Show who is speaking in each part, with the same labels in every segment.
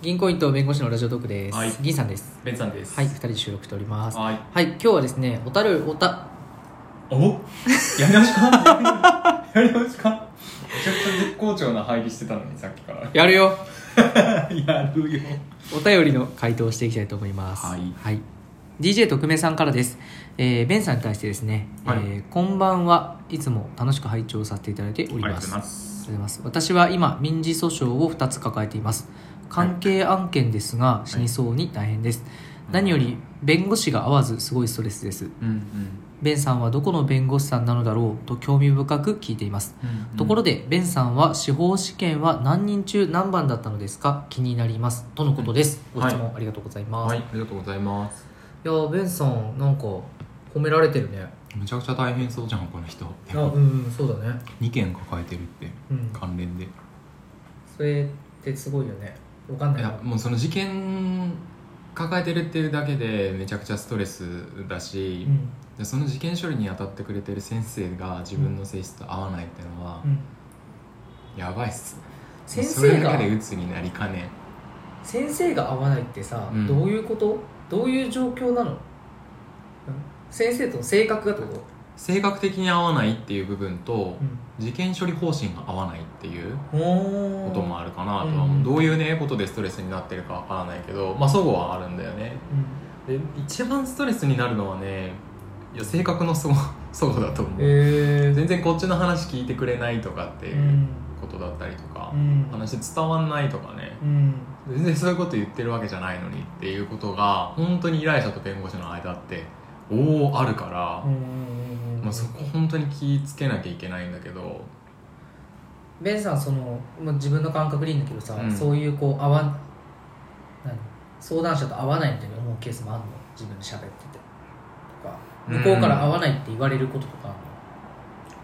Speaker 1: 銀行員と弁護士のラジオトークです、
Speaker 2: はい
Speaker 1: 銀さんです
Speaker 2: ベンさんです。
Speaker 1: はい2人で収録しております
Speaker 2: はい。
Speaker 1: はい今日はですね小樽小樽
Speaker 2: おやり直しか やり直しかめちゃくちゃ絶好調な配りしてたのに、さっきから。
Speaker 1: やるよ
Speaker 2: やるよ。
Speaker 1: お便りの回答をしていきたいと思います
Speaker 2: はい
Speaker 1: はい、DJ 特命さんからです、えー、ベンさんに対してですね、
Speaker 2: はい
Speaker 1: えーこんばんはいつも楽しく拝聴させていただいており
Speaker 2: ありがとう
Speaker 1: ます
Speaker 2: ございま
Speaker 1: あ
Speaker 2: す。
Speaker 1: りがとうございます私は今民事訴訟を2つ抱えています関係案件ですが、死にそうに大変です、何より弁護士が合わずすごいストレスです
Speaker 2: うん
Speaker 1: ベンさんはどこの弁護士さんなのだろうと興味深く聞いています、
Speaker 2: うん
Speaker 1: ところでベンさんは司法試験は何人中何番だったのですか気になりますとのことです、
Speaker 2: うん
Speaker 1: ご質問ありがとうございます、、
Speaker 2: はいい、ありがとうございます。
Speaker 1: やーベンさんなんか褒められてるね
Speaker 2: めちゃくちゃ大変そうじゃん、この人。
Speaker 1: あうんそうだね
Speaker 2: 2件抱えてるって、
Speaker 1: うん
Speaker 2: 関連で。い
Speaker 1: それってすごいよねわかんない
Speaker 2: や、もうその事件抱えてるっていうだけで、めちゃくちゃストレスだし、
Speaker 1: うん
Speaker 2: でその事件処理に当たってくれてる先生が自分の性質と合わないっていうのは
Speaker 1: う、ん
Speaker 2: やばいっすね。
Speaker 1: 先
Speaker 2: それ
Speaker 1: 生
Speaker 2: だ
Speaker 1: が
Speaker 2: けで鬱になりかねん。
Speaker 1: 先生が合わないってさ、
Speaker 2: うん
Speaker 1: どういうことどういう状況なの、うん先生との性格がってこと
Speaker 2: 性格的に合わないっていう部分と事件処理方針が合わないっていう
Speaker 1: お
Speaker 2: ことも
Speaker 1: あ
Speaker 2: あるかなとは
Speaker 1: う
Speaker 2: 思
Speaker 1: ん
Speaker 2: うどういうねことでストレスになってるかわからないけどまあ齟齬はあるんだよね
Speaker 1: る、
Speaker 2: で一番ストレスになるのはねいや性格の齟 齬齟齬だと思う
Speaker 1: え
Speaker 2: 全然こっちの話聞いてくれないとかって
Speaker 1: う
Speaker 2: いうんことだったりとか
Speaker 1: うん
Speaker 2: 話伝わんないとかね
Speaker 1: うん
Speaker 2: 全然そういうこと言ってるわけじゃないのにっていうことが本当に依頼者と弁護士の間っておおあるから、まあ、そこ本当に気ぃつけなきゃいけないんだけど
Speaker 1: ベンさんその、まあ、自分の感覚でいいんだけどさ、
Speaker 2: うん
Speaker 1: そういうこう合わん何相談者と合わないみたいに思うケースもあるの自分で喋っててとか向こうから合わないって言われることとか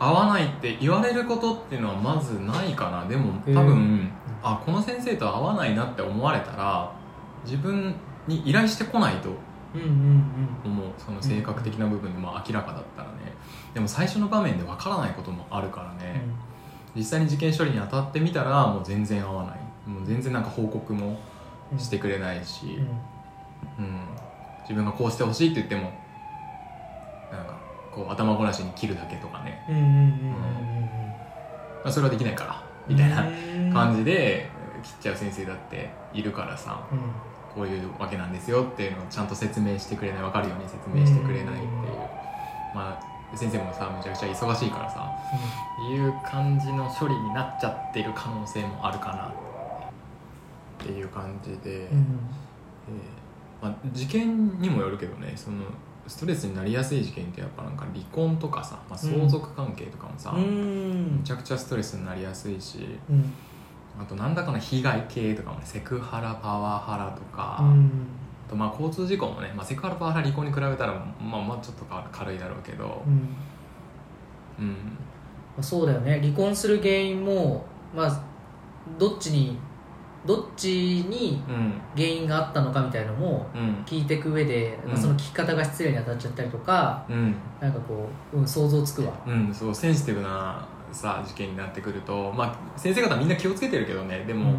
Speaker 1: あ
Speaker 2: 合わないって言われることっていうのはまずないかなでも
Speaker 1: へー
Speaker 2: 多分あこの先生と合わないなって思われたら自分に依頼してこないと
Speaker 1: るのうんうん
Speaker 2: 思うその性格的な部分で、まあ、明らかだったらねでも最初の場面でわからないこともあるから
Speaker 1: う
Speaker 2: ね、
Speaker 1: ん
Speaker 2: 実際に事件処理に当たってみたらもう全然合わないもう全然なんか報告も
Speaker 1: うん
Speaker 2: してくれないし、
Speaker 1: うん
Speaker 2: うん、自分がこうしてほしいって言ってもなんかこう頭ごなしに切るだけとかね、
Speaker 1: うんうんうん
Speaker 2: まあ、それはできないから
Speaker 1: うんうん
Speaker 2: みたいな
Speaker 1: な
Speaker 2: 感
Speaker 1: じ
Speaker 2: じで切っちゃう先生だっているからさこういうわけなんですよっていうのをちゃんと説明してくれない分かるように説明してくれないってい
Speaker 1: う
Speaker 2: う
Speaker 1: ん
Speaker 2: まあ先生もさめちゃくちゃ忙しいからさいう感じの処理になっちゃってる可能性もあるかなっていう感じで。えーまあ、事件にもよるけどねそのストレスになりやすい事件ってやっぱなんか離婚とかさ、まあ、相続関係とかもさ、
Speaker 1: うんうん
Speaker 2: めちゃくちゃストレスになりやすいし
Speaker 1: うん
Speaker 2: あと何らかの被害系とかもねセクハラパワハラとか、
Speaker 1: うん
Speaker 2: あとまあ交通事故もね、まあ、セクハラパワハラ離婚に比べたらまあまあちょっとか軽いだろうけど
Speaker 1: う、ん
Speaker 2: うん、
Speaker 1: まあそうだよね離婚する原因もまあどっちにどっちに
Speaker 2: うん
Speaker 1: 原因があったのかみたいのも
Speaker 2: うん
Speaker 1: 聞いていく上で、まあ
Speaker 2: うん
Speaker 1: その聞き方が失礼に当たっちゃったりとか
Speaker 2: うん
Speaker 1: なんかこう、うん、想像つくわ
Speaker 2: うん、そうセンシティブなさ事件になってくると、まあ、先生方みんな気をつけてるけどねでも、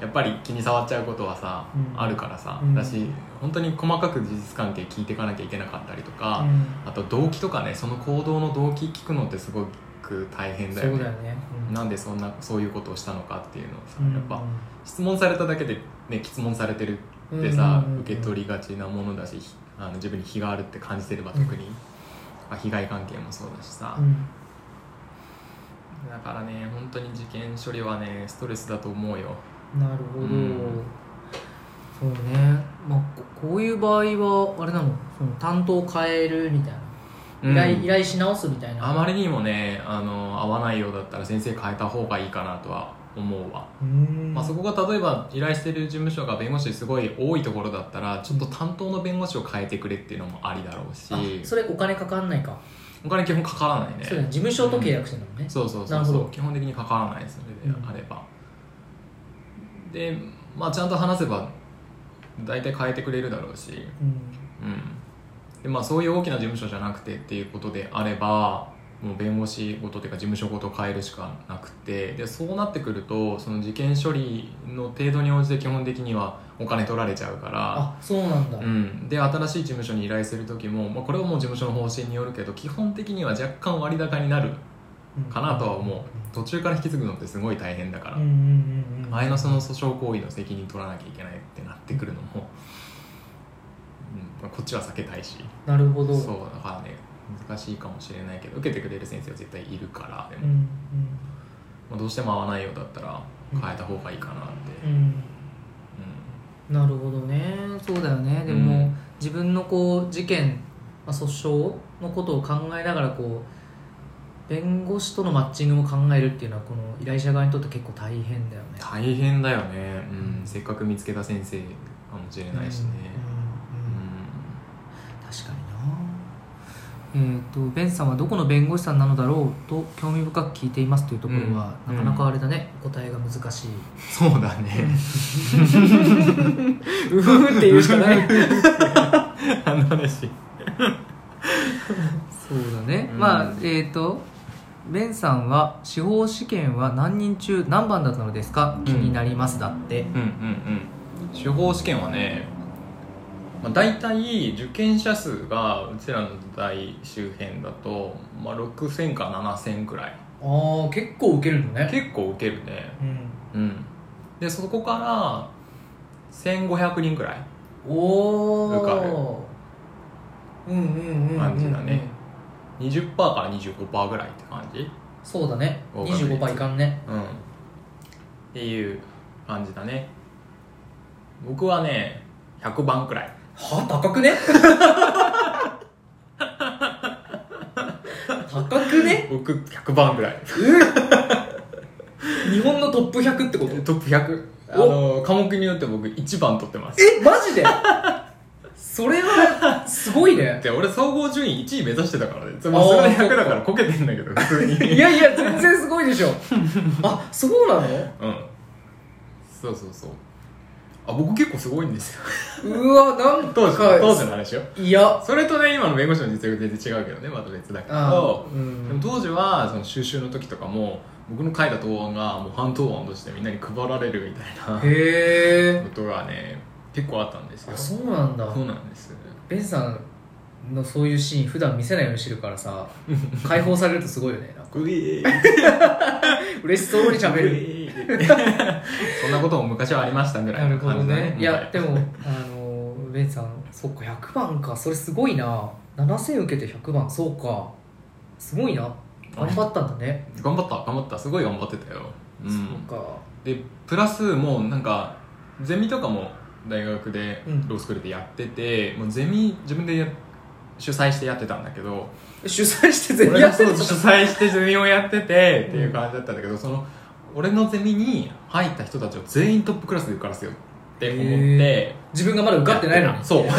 Speaker 2: やっぱり気に障っちゃうことはさ、
Speaker 1: うん
Speaker 2: あるからさ、
Speaker 1: うん
Speaker 2: だし本当に細かく事実関係聞いていかなきゃいけなかったりと
Speaker 1: う
Speaker 2: か、
Speaker 1: ん
Speaker 2: あと動機とかねその行動の動機聞くのってすごく大変だよ
Speaker 1: そうだ
Speaker 2: ね
Speaker 1: よね、うん
Speaker 2: なんでそんなそういうことをしたのかっていうのをさ、
Speaker 1: うん
Speaker 2: やっぱ質問されただけで、ね、質問されてるって
Speaker 1: うん
Speaker 2: さ、
Speaker 1: うんうんうん
Speaker 2: 受け取りがちなものだしひあの自分に非があるって感じてれば特に、まあ被害関係もそうだしさ、
Speaker 1: うん
Speaker 2: だからね本当に事件処理はねストレスだと思うよ。
Speaker 1: なるほど、
Speaker 2: うん
Speaker 1: そうね、まあ、ここういう場合はあれなのその担当を変えるみたいな依頼,、
Speaker 2: うん
Speaker 1: 依頼し直すみたいな
Speaker 2: あまりにもねあの合わないようだったら先生変えた方がいいかなとは思うわ、
Speaker 1: うーん
Speaker 2: まあ、そこが例えば依頼してる事務所が弁護士すごい多いところだったらちょっと担当の弁護士を変えてくれっていうのもありだろうし
Speaker 1: あそれお金かかんないか、
Speaker 2: お金基本かからないね
Speaker 1: そうだね事務所と契約してるのね、
Speaker 2: そうそう
Speaker 1: な
Speaker 2: そ
Speaker 1: る
Speaker 2: う
Speaker 1: ほ
Speaker 2: そ
Speaker 1: ど
Speaker 2: う基本的にかからないそれで
Speaker 1: うん
Speaker 2: あれば、でまあちゃんと話せば大体変えてくれるだろうし
Speaker 1: うん
Speaker 2: うんでまあ、そういう大きな事務所じゃなくてっていうことであればもう弁護士ごとというか事務所ごと変えるしかなくてでそうなってくるとその事件処理の程度に応じて基本的にはお金取られちゃうから
Speaker 1: あそうなんだ、
Speaker 2: うん、で新しい事務所に依頼する時も、まあ、これはもう事務所の方針によるけど基本的には若干割高になるかなとは思う、途中から引き継ぐのってすごい大変だから、
Speaker 1: うんうんうんうん
Speaker 2: 前のその訴訟行為の責任取らなきゃいけないってなってくるのも、うんまあこっちは避けたいし
Speaker 1: なるほど
Speaker 2: そうだからね難しいかもしれないけど受けてくれる先生は絶対いるからで
Speaker 1: うん
Speaker 2: も、まあ、どうしても合わないようだったら変えた方がいいかなって、
Speaker 1: うんうんなるほどねそうだよねでも、
Speaker 2: うん
Speaker 1: 自分のこう事件、まあ、訴訟のことを考えながらこう弁護士とのマッチングも考えるっていうのはこの依頼者側にとって結構大変だよね
Speaker 2: 大変だよね、うん、せっかく見つけた先生かもしれないしね、
Speaker 1: うん
Speaker 2: う
Speaker 1: うんうん
Speaker 2: ん
Speaker 1: 確かになえー、とベンさんはどこの弁護士さんなのだろうと興味深く聞いていますというところは、
Speaker 2: うん
Speaker 1: なかなかあれだね、答えが難しい
Speaker 2: そうだね。
Speaker 1: うふ んっていうしかない
Speaker 2: あの話。
Speaker 1: そうだね、
Speaker 2: うん
Speaker 1: まあえっ、とベンさんは司法試験は何人中何番だったのですか
Speaker 2: ん
Speaker 1: 気になりますだって
Speaker 2: うんうんうん。司法試験はね、まあ、大体受験者数がうちらの大周辺だと、まあ、6000か7000くらい
Speaker 1: ああ結構受けるのね
Speaker 2: 結構受けるね
Speaker 1: うん
Speaker 2: うんでそこから1500人くらい
Speaker 1: お
Speaker 2: 受かる
Speaker 1: おうんうんうんうん
Speaker 2: 感じだね20%から25%ぐらいって感じ
Speaker 1: そうだね
Speaker 2: 合格率
Speaker 1: 25倍いかんね
Speaker 2: うんっていう感じだね僕はね100番くらい
Speaker 1: は高くね 高くね
Speaker 2: 僕100番くらいう
Speaker 1: 日本のトップ100ってこと
Speaker 2: トップ100あの科目によって僕1番取ってます
Speaker 1: えマジでそれはすごいね
Speaker 2: で俺総合順位1位目指してたからねつまりそれで100だからこけてんだけど普通に
Speaker 1: いやいや全然すごいでしょあそうなの
Speaker 2: うんそうそうそうあ僕結構すごいんですよ
Speaker 1: うわなん
Speaker 2: 当時
Speaker 1: か
Speaker 2: 当時の話よ
Speaker 1: いや
Speaker 2: それとね今の弁護士の実力全然違うけどねまた別だけ
Speaker 1: あ
Speaker 2: ど
Speaker 1: う
Speaker 2: でも
Speaker 1: ん
Speaker 2: 当時はその収集の時とかも僕の書いた答案がもう半答案としてみんなに配られるみたいな
Speaker 1: へえ
Speaker 2: ことがね結構あったんですよ
Speaker 1: そうなんだ
Speaker 2: そうなんです
Speaker 1: ベンさんのそういうシーン普段見せないようにしてるからさ解放されるとすごいよねなんか
Speaker 2: グイー
Speaker 1: 嬉しそうに喋る
Speaker 2: そんなことも昔はありましたぐら
Speaker 1: ないる
Speaker 2: の
Speaker 1: ほど
Speaker 2: 感じだ
Speaker 1: ねい
Speaker 2: は
Speaker 1: やでもあのベンさんそっか100番かそれすごいな7000受けて100番そうかすごいな頑張ったんだね、
Speaker 2: 頑張った頑張ったすごい頑張ってたよ、うん
Speaker 1: そうか
Speaker 2: でプラスもうなんかゼミとかも大学で
Speaker 1: うん
Speaker 2: ロースクールでやってて、もうゼミ自分でや主催してやってたんだけど
Speaker 1: 主催して全員
Speaker 2: 俺
Speaker 1: や
Speaker 2: が
Speaker 1: って
Speaker 2: そう
Speaker 1: る
Speaker 2: 主催してゼミをやっててっていう感じだったんだけど、その俺のゼミに入った人たちを全員トップクラスで受からせようって思って
Speaker 1: へ自分がまだ受かってないのに
Speaker 2: そう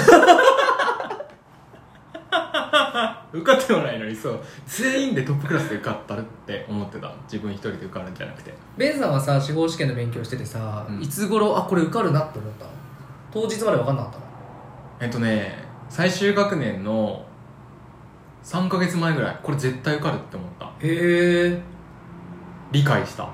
Speaker 2: 受かってもないのにそう全員でトップクラスで受かったって思ってた自分一人で受かるんじゃなくて
Speaker 1: ベンさんはさ司法試験の勉強しててさ、
Speaker 2: うん
Speaker 1: いつ頃あこれ受かるなって思ったの当日まで分かんなかったの
Speaker 2: えっとね最終学年の3ヶ月前ぐらいこれ絶対受かるって思った
Speaker 1: へえ
Speaker 2: 理解した
Speaker 1: あ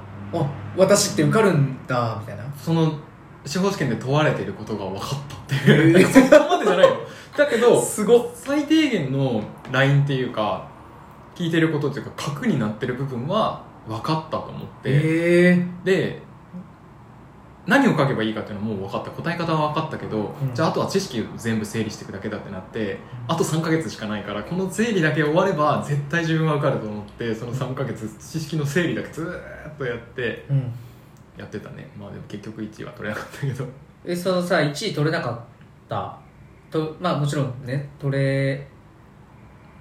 Speaker 1: 私って受かるんだみたいな
Speaker 2: その司法試験で問われていることが分かったって
Speaker 1: へ
Speaker 2: い
Speaker 1: ー
Speaker 2: うそこまでじゃないよだけど
Speaker 1: すごっ
Speaker 2: 最低限のラインっていうか聞いてることっていうか核になってる部分は分かったと思って
Speaker 1: へえ
Speaker 2: で何を書けばいいかっていうのはもう分かった答え方は分かったけど、
Speaker 1: うん
Speaker 2: じゃああとは知識を全部整理していくだけだってなってあと3ヶ月しかないからこの整理だけ終われば絶対自分は受かると思ってその3ヶ月知識の整理だけずーっとやって
Speaker 1: うん
Speaker 2: やってたねまあでも結局1位は取れなかったけど
Speaker 1: えそのさ1位取れなかったとまあもちろんね取れ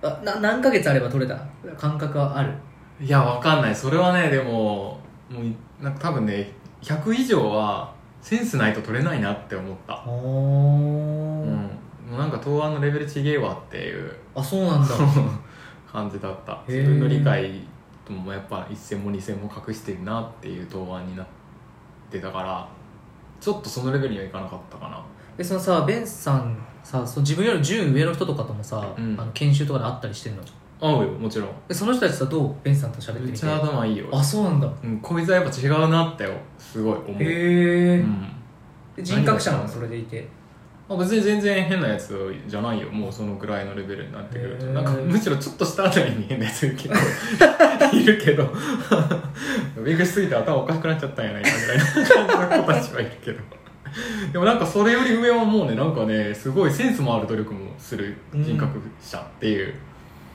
Speaker 1: あな何ヶ月あれば取れた感覚はある
Speaker 2: いやわかんないそれはねでももういなんか多分ね100以上はセンスないと取れないなって思った
Speaker 1: お
Speaker 2: う
Speaker 1: お、
Speaker 2: んもうなんか答案のレベルちげえわっていう
Speaker 1: あそう なんだ
Speaker 2: 感じだった
Speaker 1: へー
Speaker 2: 自分の理解ともやっぱ一線も二線も隠してるなっていう答案になってたからちょっとそのレベルにはいかなかったかな
Speaker 1: えそのさベンさんさその自分より順位上の人とかともさ、
Speaker 2: うん
Speaker 1: あの研修とかで会ったりしてんの
Speaker 2: 合うよもちろん
Speaker 1: えその人たちとはどうベンさんと喋って
Speaker 2: め
Speaker 1: み
Speaker 2: ってちゃ頭いいよ
Speaker 1: あそうなんだ
Speaker 2: うん、こいつはやっぱ違うなってすごい思う、
Speaker 1: へえ、
Speaker 2: うん
Speaker 1: 人格者なのそれでいて
Speaker 2: あ別に全然変なやつじゃないよもうそのぐらいのレベルになってくると
Speaker 1: へー
Speaker 2: なんかむしろちょっとしたあたりに変なやつ 結構いるけどびっくりしすぎて頭おかしくなっちゃったんやないかぐらいな感じの子たちはいるけどでもなんかそれより上はもうねなんかねすごいセンスもある努力もする人格者っていう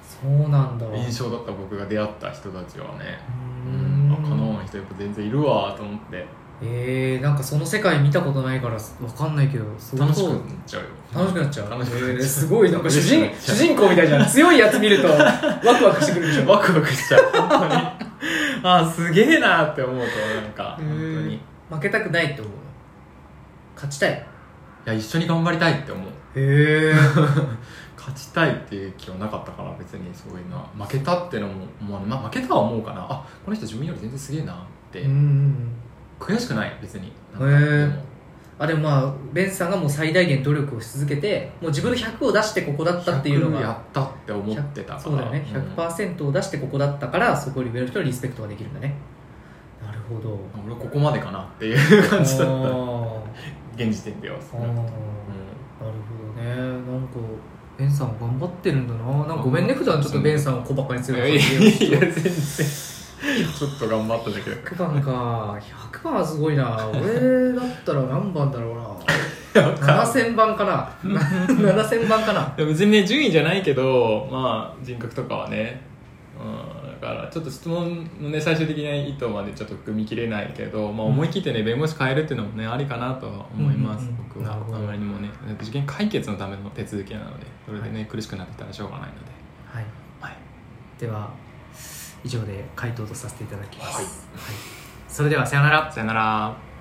Speaker 1: そうなんだ
Speaker 2: 印象だった僕が出会った人たちはね、
Speaker 1: うー
Speaker 2: うん、あ
Speaker 1: ん
Speaker 2: かなわん人やっぱ全然いるわと思って
Speaker 1: えー、なんかその世界見たことないからわかんないけどすご
Speaker 2: 楽し
Speaker 1: そ
Speaker 2: く
Speaker 1: う
Speaker 2: なっちゃうよ
Speaker 1: 楽しくなっちゃう
Speaker 2: 楽しくなっちゃう
Speaker 1: えーすごいなんか主人主
Speaker 2: 嬉しくなっちゃう
Speaker 1: 人公みたいじゃん強いやつ見るとワクワクしてくるでしょ
Speaker 2: ワクワクしちゃう本当に あーすげえなって思うとなんか
Speaker 1: へ
Speaker 2: 本
Speaker 1: ー
Speaker 2: 当にい
Speaker 1: 負けたくないって思う勝ちたいへ
Speaker 2: や一緒に頑張りたいって思う
Speaker 1: え
Speaker 2: 勝ちたいっていう気はなかったから別にそういうのは負けたってのも思わない、まあ、負けたは思うかなあこの人自分より全然すげえなって、
Speaker 1: うんうんうん
Speaker 2: 悔しくない別になん
Speaker 1: へー
Speaker 2: でも
Speaker 1: あでもまあベンさんがもう最大限努力をし続けてもう自分の100を出してここだったっていうの
Speaker 2: 100
Speaker 1: が
Speaker 2: やったって思ってたから
Speaker 1: そうだよね
Speaker 2: うん
Speaker 1: 100%を出してここだったからそこより上の人のリスペクトができるんだねなるほど
Speaker 2: 俺ここまでかなっていう感じだ
Speaker 1: あ
Speaker 2: った
Speaker 1: ー
Speaker 2: 現時点では
Speaker 1: あーなるほどねなんかベンさん頑張ってるんだななんかごめんね
Speaker 2: うん
Speaker 1: 普段ちょっとベンさんを小バカにす
Speaker 2: うん、い
Speaker 1: る
Speaker 2: や
Speaker 1: よう
Speaker 2: い
Speaker 1: な
Speaker 2: や
Speaker 1: 感じ
Speaker 2: い
Speaker 1: で
Speaker 2: や全然ちょっと頑張っただけだか
Speaker 1: 100番か100番はすごいな俺だったら何番だろう
Speaker 2: ら 分
Speaker 1: な7000番かな7000番かな
Speaker 2: でも別にね順位じゃないけどまあ人格とかはね、うん、だからちょっと質問のね最終的な意図までちょっと組み切れないけど、まあ、思い切ってね弁護士変えるっていうのもねありかなとは思います、
Speaker 1: うんうんうん
Speaker 2: 僕は
Speaker 1: なるほど
Speaker 2: あまりにもねだって事件解決のための手続きなのでそれでね、苦しくなってたらしょうがないので、
Speaker 1: はい
Speaker 2: はい、
Speaker 1: では以上で回答とさせていただきます、
Speaker 2: は
Speaker 1: は
Speaker 2: い
Speaker 1: い、それではさよなら
Speaker 2: さよなら